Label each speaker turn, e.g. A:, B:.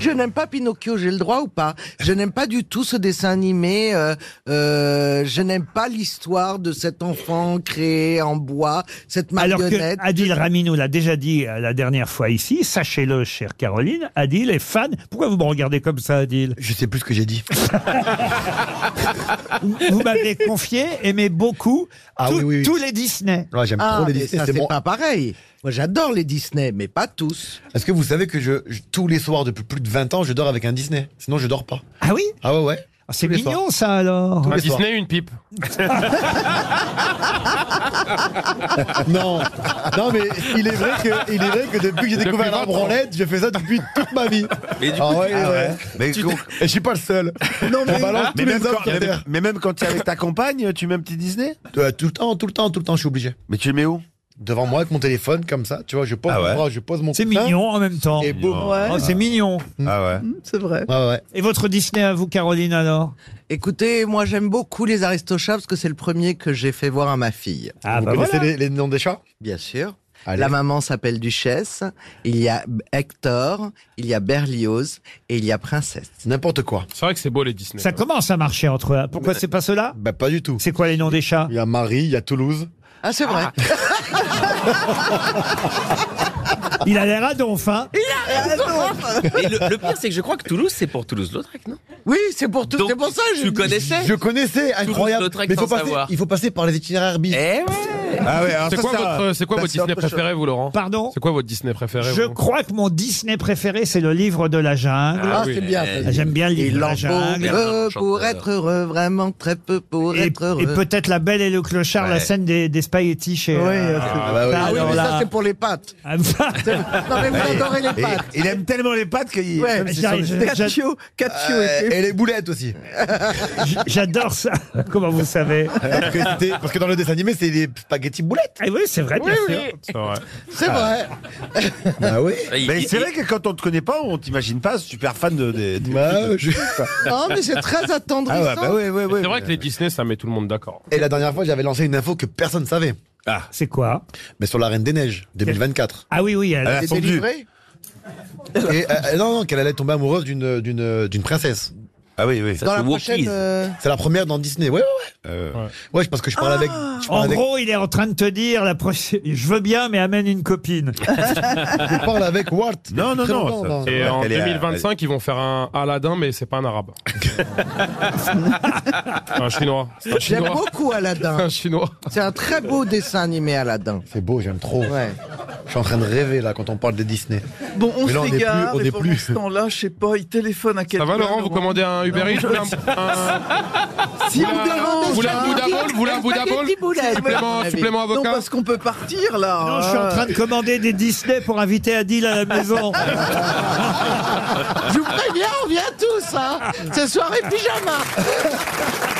A: Je n'aime pas Pinocchio, j'ai le droit ou pas Je n'aime pas du tout ce dessin animé. euh, euh, je n'aime pas l'histoire de cet enfant créé en bois, cette
B: Alors
A: marionnette.
B: que Adil Rami nous l'a déjà dit euh, la dernière fois ici, sachez-le, chère Caroline, Adil est fan. Pourquoi vous me regardez comme ça, Adil
C: Je sais plus ce que j'ai dit.
B: Vous- Vous m'avez confié, aimé beaucoup
C: Ah
B: tous-
C: oui, oui, oui.
B: tous les Disney.
C: Ouais, j'aime
A: Ah,
C: trop les
A: mais
C: Disney.
A: ça,
C: C'est
A: c'est
C: bon.
A: pas pareil. Moi, j'adore les Disney, mais pas tous.
C: Est-ce que vous savez que je, je- tous les soirs depuis plus de 20 ans, je dors avec un Disney Sinon, je dors pas.
B: Ah oui
C: Ah ouais, ouais.
B: Ah, C'est
C: Tous les
B: mignon ça alors.
C: Tous
D: Un
C: les soirs.
D: Disney, une pipe.
C: Non, non, mais il est vrai que, il est vrai que depuis que j'ai découvert la branlette, je fais ça depuis toute ma vie.
E: Mais du
C: Ah
E: coup,
C: ouais,
E: tu-
C: ouais.
E: Mais, con-
C: Et je suis pas le seul. Non, mais,
E: mais même quand, même, mais même quand t'es avec ta compagne, tu mets un petit Disney
C: Euh, tout le temps, tout le temps, tout le temps, je suis obligé.
E: Mais tu le mets où
C: Devant moi, avec mon téléphone, comme ça, tu vois, je pose
E: Ah ouais
C: mon bras, je pose mon
B: C'est
C: coussin,
B: mignon en même temps.
C: Et boum.
F: Ouais,
B: Oh, c'est mignon.
E: Ah ouais.
F: c'est vrai.
C: Ouais, ouais.
B: Et votre Disney à vous, Caroline, alors
A: Écoutez, moi, j'aime beaucoup les Aristochats parce que c'est le premier que j'ai fait voir à ma fille.
B: Ah
C: vous
B: bah
C: connaissez
B: voilà.
C: les, les noms des chats
A: Bien sûr.
C: Allez.
A: La maman s'appelle Duchesse, il y a Hector, il y a Berlioz et il y a Princesse.
C: C'est n'importe quoi.
D: C'est vrai que c'est beau les Disney.
B: Ça commence à marcher entre eux. Pourquoi c'est pas cela
C: Bah, pas du tout.
B: C'est quoi les noms des chats
C: Il y a Marie, il y a Toulouse.
A: Ah, c'est vrai.
B: Il a l'air à donf, hein
G: Et le, le pire, c'est que je crois que Toulouse, c'est pour Toulouse-Lautrec, non
A: Oui, c'est pour tout.
G: Donc,
A: C'est pour ça. que je
G: Tu
A: dis-
G: connaissais
C: Je connaissais, incroyable.
G: Toulouse-Lautrec
C: Mais il faut
G: sans
C: passer,
G: savoir.
C: il faut passer par les itinéraires bis.
G: Eh ouais
E: Ah ouais, alors
D: C'est
E: ça,
D: quoi,
E: ça-
D: votre, c'est quoi
C: ça,
D: votre
C: c'est
D: Disney
C: autre chose.
D: préféré, vous, Laurent
B: Pardon
D: C'est quoi votre Disney préféré
B: Je
D: vous
B: crois que mon Disney préféré, c'est le livre de la jungle.
A: Ah,
D: Ah oui.
A: c'est bien.
G: Eh,
A: ça.
B: J'aime bien le livre
A: Il
B: de la
A: en faut
B: jungle.
G: Bernard
A: peu
G: le
A: pour
G: chanteur.
A: être heureux, vraiment très peu pour
B: Et,
A: être heureux.
B: et peut-être La Belle et le Clochard, la
G: Ouais.
B: scène des, des spaghettis chez.
A: Oui,
B: euh,
C: Ah bah oui.
A: Ah oui,
B: alors
A: mais ça
B: là-
A: c'est pour les pattes. C'est- Non mais vous adorez les
E: Et-
A: pattes.
E: il aime tellement les pattes qu'il.
A: Ouais.
E: même si c'est
B: J'arrive-
E: son-
B: j'a-
A: Cacio, Cacio
C: Euh,
A: était
C: et les boulettes aussi.
B: j- Ah, bah, J'adore ça. Comment vous savez
C: parce, que c'était- parce que dans le dessin animé, c'est des spaghettis boulettes.
B: Ah oui, c'est vrai, bien sûr.
D: C'est vrai.
A: C'est vrai.
C: Bah oui.
E: Mais
G: Il-
E: c'est
G: il-
E: vrai que quand on te connaît pas, on t'imagine pas super fan de. des- des-
C: Bah, je-
A: Non, mais c'est très
E: Ah
A: attendrissant.
E: ouais, bah oui, oui, oui.
D: C'est vrai que les Disney, ça met tout le monde d'accord.
C: Et la dernière fois, j'avais lancé une info que personne ne savait,
B: C'est quoi
C: mais sur la Reine des Neiges 2024.
B: Ah oui, oui, elle-
E: Ah,
A: C'est
E: fondu.
A: délivré
C: Et euh, non, non, qu'elle allait tomber amoureuse d'une d'une d'une princesse.
E: Ah oui, oui.
G: Ça,
A: dans
G: c'est
A: la
G: Walkies.
A: prochaine. euh,
C: C'est la première dans Disney. Ouais, ouais, ouais.
E: Euh,
C: Ouais, parce que je parle avec. Je
B: En
C: parle avec,
B: gros, il est en train de te dire la prochaine. Je veux bien, mais amène une copine.
C: je parle avec Walt.
E: Non, non,
C: Très
E: non,
C: longtemps,
E: ça-
C: dans-
D: Et
E: Ouais,
D: en
E: elle est à-
D: 2025, ils vont faire un Aladdin, mais c'est pas un arabe. un chinois. C'est un
A: J'aime
D: chinois.
A: beaucoup Aladdin.
D: Un chinois.
A: C'est un très beau dessin animé Aladdin.
C: C'est beau, j'aime trop.
A: Ouais.
C: Je suis en train de rêver là quand on parle de Disney.
F: Bon, on
C: Mais là, on est plus-
F: s'égare,
C: on est
F: et pendant
C: plus.
F: ce temps-là, je sais pas, il téléphone à
D: Ça
F: quelqu'un.
D: va, Laurent Vous commandez un Uber Eats ou un- un-
A: Si
D: vous voulez un Bouddha Bowl Vous voulez un Bouddha Bowl Supplément, supplément
F: Non,
D: avocat
F: parce qu'on peut partir, là
B: Non, Oh, je suis en train de commander des Disney pour inviter Adil à la maison.
A: Je vous préviens, on vient tous, hein. C'est soirée pyjama.